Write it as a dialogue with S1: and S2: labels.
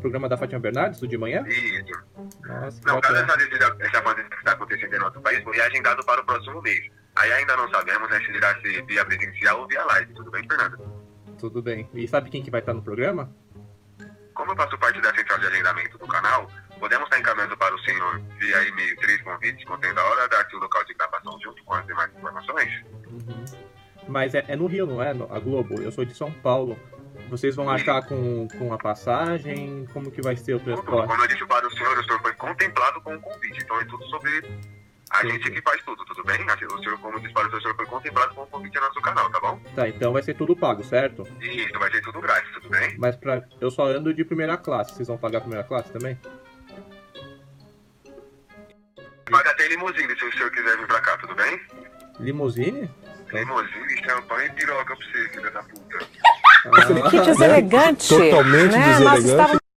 S1: programa da Fátima Bernardes, do de manhã?
S2: Isso.
S1: Nossa, que
S2: Não,
S1: bacana.
S2: cada saída essa pandemia que está acontecendo em nosso país foi agendado para o próximo mês. Aí ainda não sabemos né, se irá ser via presencial ou via live. Tudo bem, Fernando?
S1: Tudo bem. E sabe quem que vai estar no programa?
S2: Como eu faço parte da central de agendamento do canal, podemos estar encaminhando para o senhor via e-mail três convites contendo a hora, a data e o local de gravação junto com as demais informações?
S1: Uhum. Mas é, é no Rio, não é? No- A Globo. Eu sou de São Paulo. Vocês vão arcar com, com a passagem? Como que vai ser o
S2: Contudo,
S1: transporte?
S2: como eu disse para o senhor, o senhor foi contemplado com o convite. Então é tudo sobre a gente que faz tudo, tudo bem? Assim, O senhor, como eu disse para o senhor, o senhor foi contemplado com o convite ao nosso canal, tá bom?
S1: Tá, então vai ser tudo pago, certo?
S2: Isso, vai ser tudo grátis, tudo bem?
S1: Mas pra, eu só ando de primeira classe. Vocês vão pagar a primeira classe também?
S2: Paga até limusine se o senhor quiser vir pra cá, tudo bem?
S1: Limusine?
S2: Limusine, champanhe e piroca pra você, filha da puta.
S1: Ah,
S3: Que deselegante.
S4: Totalmente
S3: né? Nós
S4: deselegante.
S3: estávamos